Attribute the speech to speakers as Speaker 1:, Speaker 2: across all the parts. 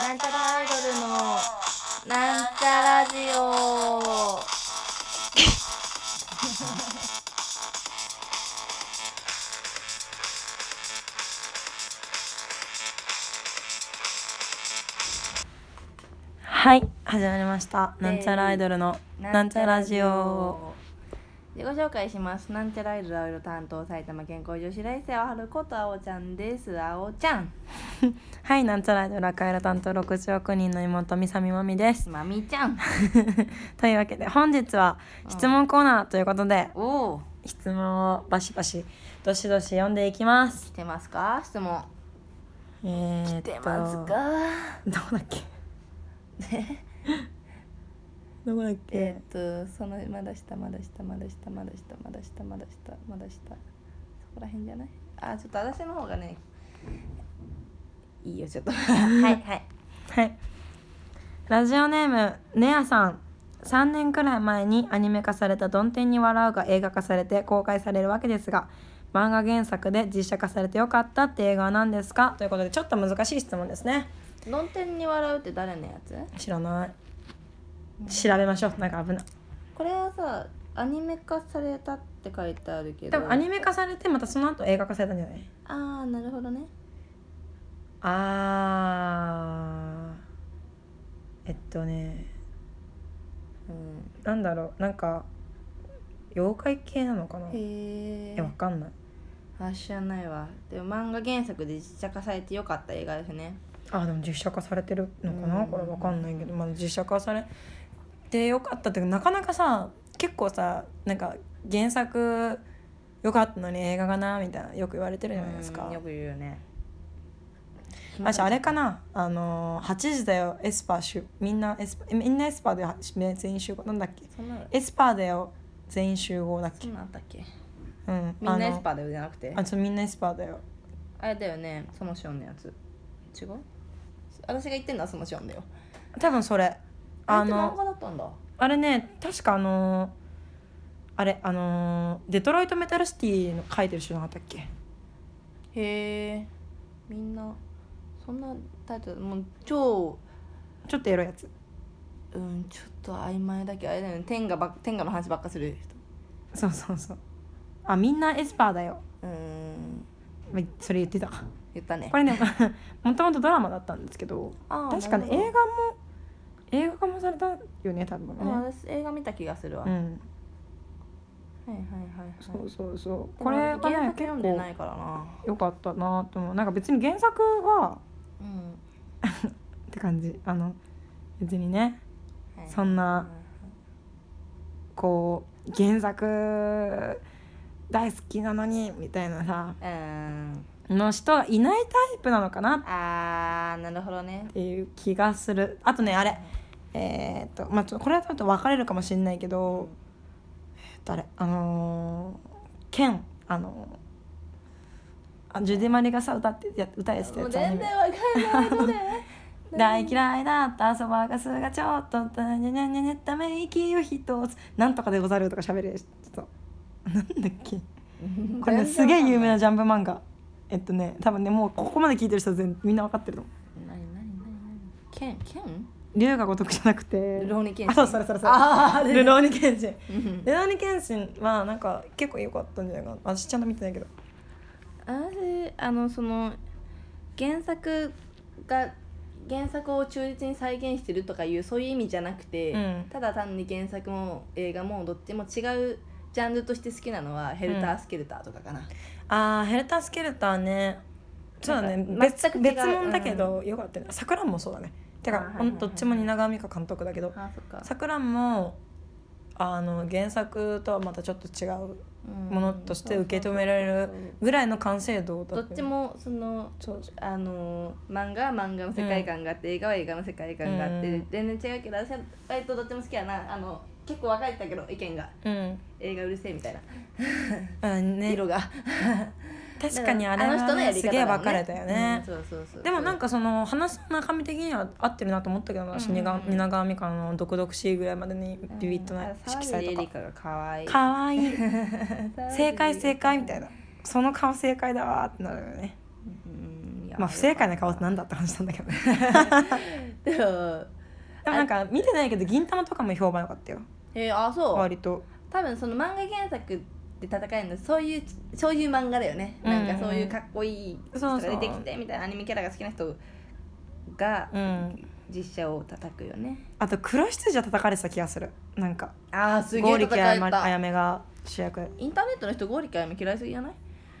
Speaker 1: なんちゃらアイドルのなんちゃラジオ
Speaker 2: はい始まりましたなんちゃらアイドルのなんちゃラジオ
Speaker 1: 自己紹介しますなんちゃらアイドルアイドル担当埼玉健康女子大生はることあおちゃんですあおちゃん
Speaker 2: はいなんちゃらアイドル赤色担当60億人の妹みさみまみです
Speaker 1: まみちゃん
Speaker 2: というわけで本日は質問コーナーということで
Speaker 1: おお
Speaker 2: 質問をバシバシどしどし読んでいきます
Speaker 1: 来てますか質問
Speaker 2: えー、っと
Speaker 1: 来てますか
Speaker 2: どこだっけ どこだっ
Speaker 1: え
Speaker 2: け
Speaker 1: ーっとそのまだ下まだ下まだ下まだ下まだ下まだ下まだ下そこら辺じゃないあちょっと私の方がねいいよちょっとはいはい
Speaker 2: はいラジオネームねやさん3年くらい前にアニメ化された「どん天に笑う」が映画化されて公開されるわけですが漫画原作で実写化されてよかったって映画は何ですかということでちょっと難しい質問ですね
Speaker 1: 論点に笑うって誰のやつ
Speaker 2: 知らない調べましょうなんか危ない
Speaker 1: これはさアニメ化されたって書いてあるけど
Speaker 2: 多分アニメ化されてまたその後映画化されたんじゃない
Speaker 1: ああなるほどね
Speaker 2: あーえっとね
Speaker 1: うん
Speaker 2: なんだろうなんか妖怪系なのかな
Speaker 1: へ
Speaker 2: え
Speaker 1: え
Speaker 2: わかんない
Speaker 1: あ知らないわでも漫画原作で実写化されてよかった映画ですね
Speaker 2: あでも実写化されてるのかな
Speaker 1: うん
Speaker 2: これわかんないけど、まあ、実写化されてよかったってなかなかさ結構さなんか原作よかったのに映画がなみたいなよく言われてるじゃないですか
Speaker 1: うんよく言うよね
Speaker 2: 私あれかなあのー8時だよエスパー集みんなエスパーみんなエスパーで全員集合なんだっけ
Speaker 1: そんなの
Speaker 2: エスパーだよ全員集合だっ
Speaker 1: そ
Speaker 2: け
Speaker 1: んなんあったっけ
Speaker 2: うん
Speaker 1: みんなエス
Speaker 2: ー
Speaker 1: パーだよじゃなくて
Speaker 2: あそうみんなエスパーだよ
Speaker 1: あれだよねそのションのやつ違う私が言ってんのはそのションだよ
Speaker 2: 多分それ
Speaker 1: あ
Speaker 2: あ
Speaker 1: れって漫
Speaker 2: の
Speaker 1: 画だったんだ
Speaker 2: あれね確かあのーあれあのーデトロイト・メタル・シティの書いてる人じゃなかったっけ
Speaker 1: へえみんなそんなタイトルもう超
Speaker 2: ちょっとエロいやつ
Speaker 1: うんちょっと曖昧だけどあれだよね天下ばっ天下の話ばっかする人
Speaker 2: そうそうそうあみんなエスパーだよ
Speaker 1: うーん
Speaker 2: それ言ってた
Speaker 1: 言ったね
Speaker 2: これね もともとドラマだったんですけど
Speaker 1: あー
Speaker 2: 確かね
Speaker 1: なる
Speaker 2: 映画も映画化もされたよね多分
Speaker 1: ほどあ
Speaker 2: ね
Speaker 1: 私映画見た気がするわ、
Speaker 2: う
Speaker 1: はい
Speaker 2: ん
Speaker 1: はいはいはい
Speaker 2: そうそうそう
Speaker 1: で
Speaker 2: こ
Speaker 1: も
Speaker 2: れは
Speaker 1: 私原
Speaker 2: ね
Speaker 1: 作
Speaker 2: 結
Speaker 1: 読んで
Speaker 2: 構
Speaker 1: ないからな
Speaker 2: 良かったなと思うなんか別に原作は
Speaker 1: うん
Speaker 2: って感じあの別にね
Speaker 1: はい
Speaker 2: そんなこう原作大好きなのにみたいなさ
Speaker 1: うーん
Speaker 2: の人がいないタイプなのかな
Speaker 1: あーなるほどね
Speaker 2: っていう気がするあとねあれえーっとまあちょっとこれはちょっと分かれるかもしれないけど、えーっとあれあのー、ケンあのーあジュディ・マリがさ歌ってや歌やってた
Speaker 1: も
Speaker 2: や
Speaker 1: う
Speaker 2: つア
Speaker 1: 全
Speaker 2: ニメ
Speaker 1: 然わかんないどれ
Speaker 2: 大嫌いだったそばかすがちょっとたにゃにゃにゃにゃため息を一つなんとかでござるとか喋るちょっとなんだっけ これね、すげえ有名な
Speaker 1: じ
Speaker 2: ジャンプ漫画えっとね多分ねもうここまで聞いてる人は全みんな分かってると思う
Speaker 1: ゃん何何何何ケンケン
Speaker 2: 龍が如くじゃなくて
Speaker 1: ルローニケンシン
Speaker 2: あそうそれそれそれ
Speaker 1: あーあれ
Speaker 2: ルローニケンシン
Speaker 1: うん
Speaker 2: ルローニケンシンはなんか結構良かったんじゃないかな私ちゃんと見てないけど
Speaker 1: 私あのその原作が原作を忠実に再現してるとかいうそういう意味じゃなくて、
Speaker 2: うん
Speaker 1: ただ単に原作も映画もどっちも違うジャンルとして好きなのは「ヘルター・スケルター」とかかな、
Speaker 2: あーヘルタースケルターねそうだね
Speaker 1: なんか
Speaker 2: 別
Speaker 1: 全く違う
Speaker 2: 別物だけど良かったね桜もそうだねて
Speaker 1: あー
Speaker 2: か
Speaker 1: はいはいは
Speaker 2: ほ
Speaker 1: い
Speaker 2: んとどっちも蜷川美香監督だけど
Speaker 1: あそっか
Speaker 2: 桜もあの原作とはまたちょっと違うものとして受け止められるぐらいの完成度だ
Speaker 1: ど
Speaker 2: た
Speaker 1: っちもその
Speaker 2: そう
Speaker 1: あの漫画は漫画の世界観があって、映画は映画の世界観があって、
Speaker 2: うん
Speaker 1: 全然違うけど私は割とどっちも好きやなあの結構分かれてたけど意見が
Speaker 2: うん
Speaker 1: 映画うるせえみたいな、
Speaker 2: あね
Speaker 1: 色が
Speaker 2: 確かにあれ
Speaker 1: の人
Speaker 2: は
Speaker 1: のや
Speaker 2: ね
Speaker 1: り
Speaker 2: す
Speaker 1: 方
Speaker 2: げえ
Speaker 1: だ
Speaker 2: 分かれたよね
Speaker 1: うん、そうそうそう
Speaker 2: でもなんかその話の中身的には合ってるなと思ったけどな私蜷川
Speaker 1: うん
Speaker 2: 蜷川美香の「毒々しい」ぐらいまでに
Speaker 1: うん
Speaker 2: ビビッとな
Speaker 1: あ
Speaker 2: 色彩
Speaker 1: 沢尻エ
Speaker 2: と
Speaker 1: リ
Speaker 2: か
Speaker 1: カが可愛い
Speaker 2: かわいい
Speaker 1: 沢尻
Speaker 2: 正解正解みたいなその顔正解だわーってなるよね
Speaker 1: うんいや
Speaker 2: まあ不正解な顔ってなんだって話なんだけどね
Speaker 1: でも
Speaker 2: でもなんか見てないけど銀玉とかも評判良かったよ
Speaker 1: えー、あそう
Speaker 2: 割と
Speaker 1: 多分その漫画原作で戦えるのそういうそういう漫画だよね、
Speaker 2: うんうん
Speaker 1: なんかそういうかっこいい人が出てきてみたいなアニメキャラが好きな人が
Speaker 2: うん
Speaker 1: 実写を叩くよね、
Speaker 2: あと黒執事は叩かれてた気がするなんか
Speaker 1: ああすげ
Speaker 2: 剛
Speaker 1: え
Speaker 2: 力
Speaker 1: 戦
Speaker 2: あ
Speaker 1: え
Speaker 2: やま
Speaker 1: た
Speaker 2: あやめが主役
Speaker 1: インターネットの人ゴーリキあやめ嫌いすぎじゃない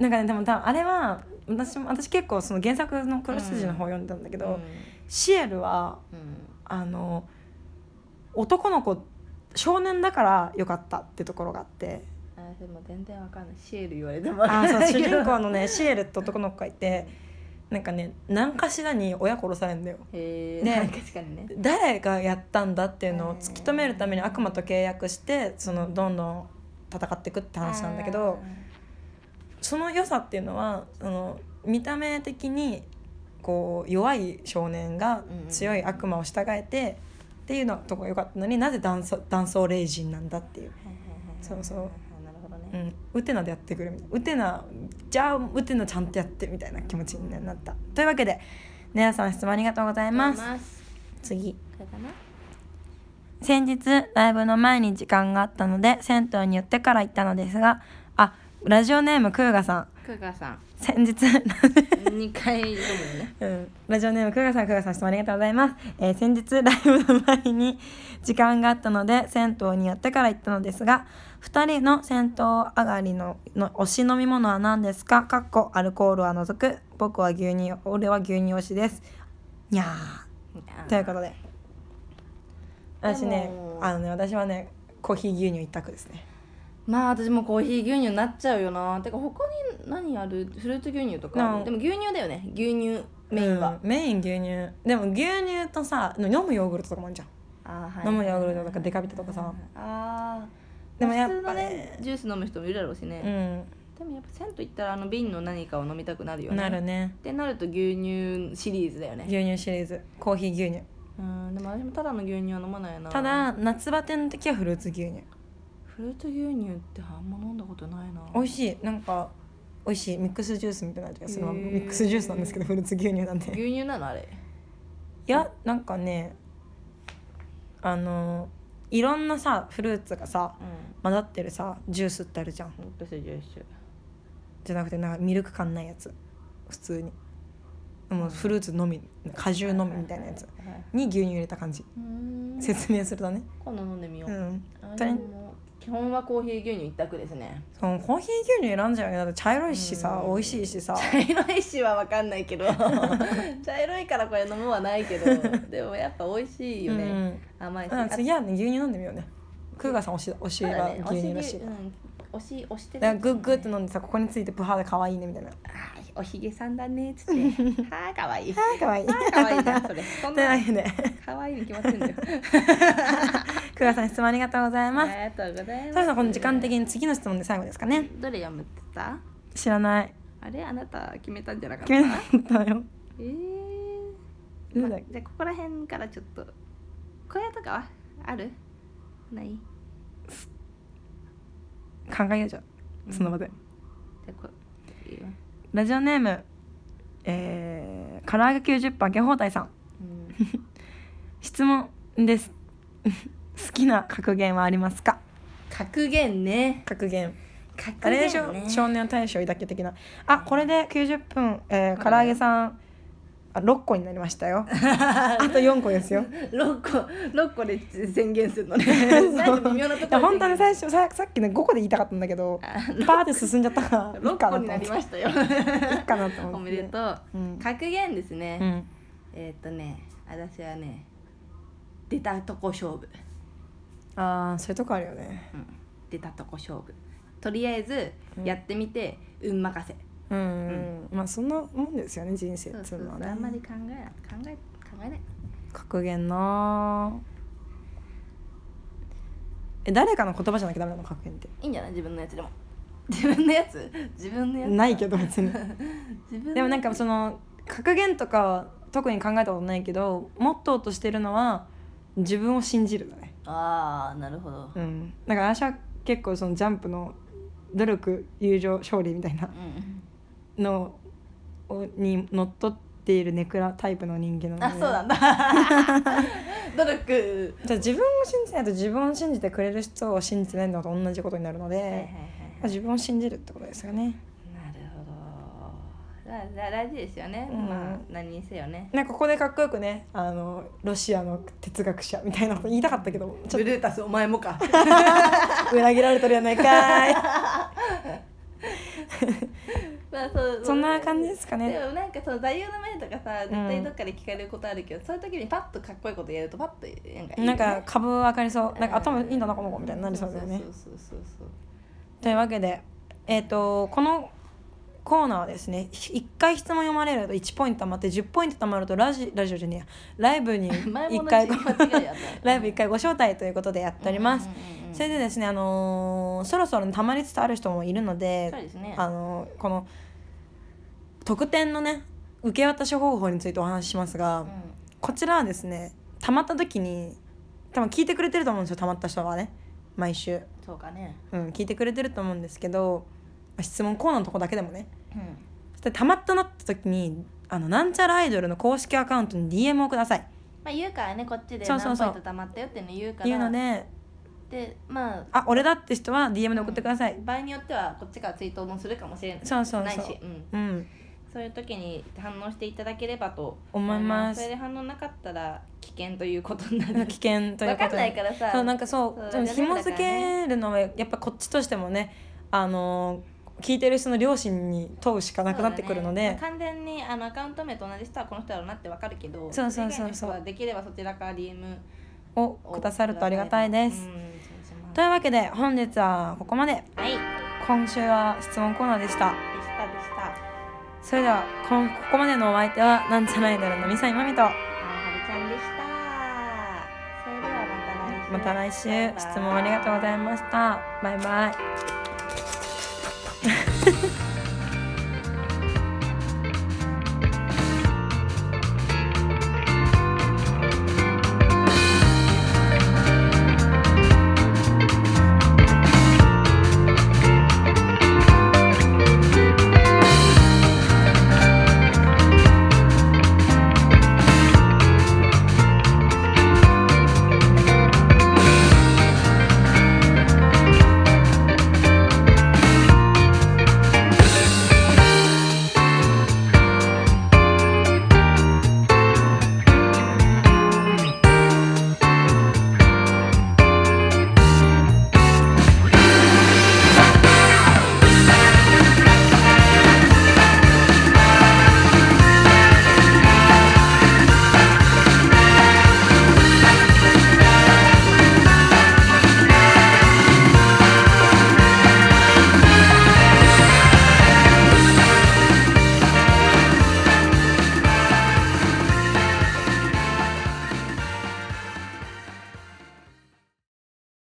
Speaker 2: なんかねでも多分あれは私も私結構その原作の黒執事の方を読んだんだけ
Speaker 1: け
Speaker 2: ど、シエルはあの男の子少年だから良かったってところが あって
Speaker 1: あーでも全然わかんないシエル言われてもわか
Speaker 2: あ
Speaker 1: ん
Speaker 2: そう
Speaker 1: ない
Speaker 2: 主
Speaker 1: けど
Speaker 2: 人公のねシエルって男の子がいてなんかね何かしらに親殺されるんだよ
Speaker 1: へえ、
Speaker 2: ね
Speaker 1: 確かにね
Speaker 2: 誰がやったんだっていうのを突き止めるために悪魔と契約してそのどんどん戦っていくって話なんだけどその良さっていうのはその見た目的にこう弱い少年が強い悪魔を従えてっていうのとこが良かったのになぜ男装男装霊人なんだっていう、
Speaker 1: あーはいはいはいはい
Speaker 2: そうそう
Speaker 1: あーなるほど
Speaker 2: う
Speaker 1: ね、
Speaker 2: ん、ウテナでやってくるみたいなウテナじゃあウテナちゃんとやってみたいな気持ちになったというわけでねやさん質問ありがとうございます
Speaker 1: ます
Speaker 2: 次
Speaker 1: これかな
Speaker 2: 先日ライブの前に時間があったので銭湯に寄ってから行ったのですがあラジオネームクーガさん
Speaker 1: クーガーさん
Speaker 2: 先日
Speaker 1: 二回読むね
Speaker 2: うん、ラジオネームくがさんくがさん質問ありがとうございます、えー先日ライブの前に時間があったので銭湯に寄ってから行ったのですが2人の銭湯上がりのの推し飲み物は何ですかかっこアルコールは除く僕は牛乳俺は牛乳推しですにゃーということで私ね
Speaker 1: でも
Speaker 2: あのね私はねコーヒー牛乳一択ですね
Speaker 1: まあ私もコーヒー牛乳になっちゃうよなてか他に何あるフルーツ牛乳とかあ
Speaker 2: うん
Speaker 1: るでも牛乳だよね牛乳メインは、
Speaker 2: うんメイン牛乳でも牛乳とさ飲むヨーグルトとかもあるじゃん
Speaker 1: あーはい
Speaker 2: 飲むヨーグルトとかデカビタとかさ
Speaker 1: あー
Speaker 2: でもやっ
Speaker 1: 普通の
Speaker 2: ぱ
Speaker 1: ね
Speaker 2: ね
Speaker 1: ジュース飲む人もいるだろうしね、
Speaker 2: うん
Speaker 1: でもやっぱ銭湯行ったらあの瓶の何かを飲みたくなるよね
Speaker 2: なる
Speaker 1: っ
Speaker 2: ね
Speaker 1: てなると牛乳シリーズだよね
Speaker 2: 牛乳シリーズコーヒー牛乳
Speaker 1: うんでも私もただの牛乳は飲まないな
Speaker 2: ただ夏バテの時はフルーツ牛乳
Speaker 1: フルーツ牛乳ってあんま飲んだことないな
Speaker 2: 美味しいなんか美味しいミックスジュースみたいな味がする
Speaker 1: へー
Speaker 2: ミックスジュースなんですけどフルーツ牛乳なんでい
Speaker 1: 牛乳なのあれ
Speaker 2: やなんかねあのいろんなさフルーツがさ
Speaker 1: う
Speaker 2: 混ざってるさジュースってあるじゃん
Speaker 1: んミックスジュース
Speaker 2: じゃなくてなんかミルク感ないやつ普通にもうフルーツのみ果汁のみみたいなやつ
Speaker 1: はいはい
Speaker 2: に牛乳入れた感じ
Speaker 1: うん
Speaker 2: 説明するとね
Speaker 1: 今度飲んでみよう、
Speaker 2: うん
Speaker 1: あ
Speaker 2: それ
Speaker 1: でも基本はコーヒー牛乳一択ですね
Speaker 2: そのコーヒー牛乳選んじゃうよねだって茶色いしさ
Speaker 1: うん
Speaker 2: 美味しいしさ
Speaker 1: 茶色いしは分かんないけ ど茶色いからこれ飲むはないけどでもやっぱ美味しいよね、甘いし、
Speaker 2: うん、う
Speaker 1: あ
Speaker 2: ん、次はね牛乳飲んでみようねクーガーさんおしおし
Speaker 1: そうだ
Speaker 2: は
Speaker 1: ね
Speaker 2: 牛乳ら
Speaker 1: お
Speaker 2: し
Speaker 1: し
Speaker 2: い
Speaker 1: ぎうんおし押して
Speaker 2: だからグッグって飲んでさここについてプハーで可愛いねみたいな
Speaker 1: あーおひげさんだねっ つってはあかわいいは
Speaker 2: 可愛い
Speaker 1: あかわい いなそれそん
Speaker 2: という
Speaker 1: な
Speaker 2: わけで
Speaker 1: かわいいに決まってんだよ
Speaker 2: クーガーさん質問ありがとうござい
Speaker 1: あ
Speaker 2: ます
Speaker 1: りがとうございます
Speaker 2: そろそろこの時間的に次の質問で最後ですかね
Speaker 1: どれ読むって言った
Speaker 2: 知らない
Speaker 1: あれあなた決めたんじゃなかっ
Speaker 2: 決
Speaker 1: た
Speaker 2: めなかったよ
Speaker 1: えー
Speaker 2: ど
Speaker 1: ま
Speaker 2: れ
Speaker 1: あ
Speaker 2: だっけ
Speaker 1: じゃあここら辺からちょっと小屋とかはあるない
Speaker 2: 考えようじゃあその場で
Speaker 1: じゃあこいいわ
Speaker 2: ラジオネームえー、唐揚げ90%揚げ放題さん
Speaker 1: うん
Speaker 2: 質問です 好きな格言はありますか
Speaker 1: 格言ね
Speaker 2: 格言
Speaker 1: 格
Speaker 2: あれでしょ、
Speaker 1: 言ね
Speaker 2: 少年大将抱け的なあこれで90分、えー、唐揚げさんあ6個になりまし たよあと4個ですよ
Speaker 1: 六個六個で宣言するのね
Speaker 2: そう
Speaker 1: なんか微妙なと
Speaker 2: い
Speaker 1: こ
Speaker 2: や
Speaker 1: ろ
Speaker 2: 本当に最初ささっきね5個で言いたかったんだけどパーって進んじゃったからいい
Speaker 1: 六
Speaker 2: か
Speaker 1: 個にな
Speaker 2: なと思っ
Speaker 1: り
Speaker 2: て
Speaker 1: ましたよ
Speaker 2: いいかなと思って
Speaker 1: おめでとう、
Speaker 2: うん
Speaker 1: 格言ですね、
Speaker 2: うん、
Speaker 1: えーっとね私はね出たとこ勝負、
Speaker 2: ああそういうとこあるよね
Speaker 1: うん、出たとこ勝負とりあえず
Speaker 2: うん
Speaker 1: やってみて、運任せ
Speaker 2: うん、まあそんなもんですよね人生っ
Speaker 1: そう
Speaker 2: つ
Speaker 1: そうう
Speaker 2: の
Speaker 1: そう
Speaker 2: は
Speaker 1: あんまり
Speaker 2: ね
Speaker 1: 考えない考え考えない
Speaker 2: 格言なあえ誰かの言葉じゃなきゃダメなの格言って
Speaker 1: いいんじゃない自分のやつでも 自分のやつ自分のやつ
Speaker 2: ないけど別に
Speaker 1: 自分
Speaker 2: でもなんかその格言とかは特に考えたことないけどモットーとしてるのは自分を信じるだね
Speaker 1: ああなるほど、
Speaker 2: うんだから私は結構そのジャンプの努力友情勝利みたい
Speaker 1: う
Speaker 2: な
Speaker 1: ん
Speaker 2: のにのっとっているネクラタイプの人間な
Speaker 1: あ
Speaker 2: の
Speaker 1: そ
Speaker 2: で
Speaker 1: うなんだ 努力
Speaker 2: じゃあ自分を信じないと自分を信じてくれる人を信じてないのと同じことになるので、
Speaker 1: はいはいはい
Speaker 2: まあ
Speaker 1: はい
Speaker 2: 自分を信じるってことですよね。
Speaker 1: なるほどだだ大事ですよね、
Speaker 2: うん
Speaker 1: まあ何にせよね
Speaker 2: なんかここでかっこよくねあのロシアの哲学者みたいなこと言いたかったけどちょっ
Speaker 1: ルータスお前もか
Speaker 2: と裏切られてるやないかい
Speaker 1: まあそう
Speaker 2: そんな感じですか
Speaker 1: で
Speaker 2: ね
Speaker 1: もなんかその座右の銘とかさ絶
Speaker 2: う
Speaker 1: 対
Speaker 2: ん
Speaker 1: どっかで聞かれることあるけど、そういう時にパッとかっこいいことやるとパッとなんかいいよね
Speaker 2: なんか株上がりそうなんか頭いいんだなこの子みたいになりそうだよね
Speaker 1: そうそうそうそう
Speaker 2: というわけでえっ、とこのコーナーはですね1回質問読まれると1ポイント貯まって10ポイント貯まるとラジラジオじゃねえやライブに
Speaker 1: 前も同
Speaker 2: 1回
Speaker 1: じ間違いやった
Speaker 2: ライブ1回ご招待ということでやっております、
Speaker 1: うんうんうんうん
Speaker 2: それでですねあのーそろそろ溜まりつつある人もいるので
Speaker 1: そうですね
Speaker 2: あのーこの特典のね受け渡し方法についてお話ししますが、
Speaker 1: う
Speaker 2: こちらはですね溜まった時に多分聞いてくれてると思うんですよ溜まった人はね毎週、
Speaker 1: んそうかね
Speaker 2: うん、聞いてくれてると思うんですけど質問コーナーのとこだけでもね
Speaker 1: うん
Speaker 2: そして溜まったなって時にあのなんちゃらアイドルの公式アカウントに DM をください
Speaker 1: まあ言うからねこっちで
Speaker 2: そう
Speaker 1: 何
Speaker 2: そ
Speaker 1: ポ
Speaker 2: うそ
Speaker 1: イ
Speaker 2: う
Speaker 1: ントたまったよっていうの言うから
Speaker 2: っていうので
Speaker 1: でまあ
Speaker 2: あ俺だって人は DM で送ってください、
Speaker 1: 場合によってはこっちからツイートもするかもしれない
Speaker 2: そうそう
Speaker 1: ない
Speaker 2: そう
Speaker 1: し、うん、
Speaker 2: うん、
Speaker 1: そういう時に反応していただければと
Speaker 2: 思います
Speaker 1: それで反応なかったら危険ということにな
Speaker 2: なんか
Speaker 1: る
Speaker 2: 危険という
Speaker 1: わ
Speaker 2: こと
Speaker 1: かんないからさ
Speaker 2: そうなんかそう
Speaker 1: そう
Speaker 2: でも紐付けるのはやっぱこっちとしてもねあの聞いてる人の両親に問うしかなくなってくるの
Speaker 1: そう
Speaker 2: で
Speaker 1: だね完全にあのアカウント名と同じ人はこの人だろうなってわかるけど
Speaker 2: そうそうそうそ
Speaker 1: れ以外
Speaker 2: う
Speaker 1: の人はできればそちらから DM
Speaker 2: を
Speaker 1: を
Speaker 2: くださるとありがたいです
Speaker 1: うんそうします
Speaker 2: というわけで本日はここまで
Speaker 1: はいで
Speaker 2: 今週は質問コーナーでした
Speaker 1: したでした
Speaker 2: それではこんここまでのお相手はなんちゃらアイドルのミサイマミと
Speaker 1: あはるちゃんでしたそれではまた来週
Speaker 2: また来週
Speaker 1: バイバイ
Speaker 2: 質問ありがとうございましたバイバイ
Speaker 1: バイバイ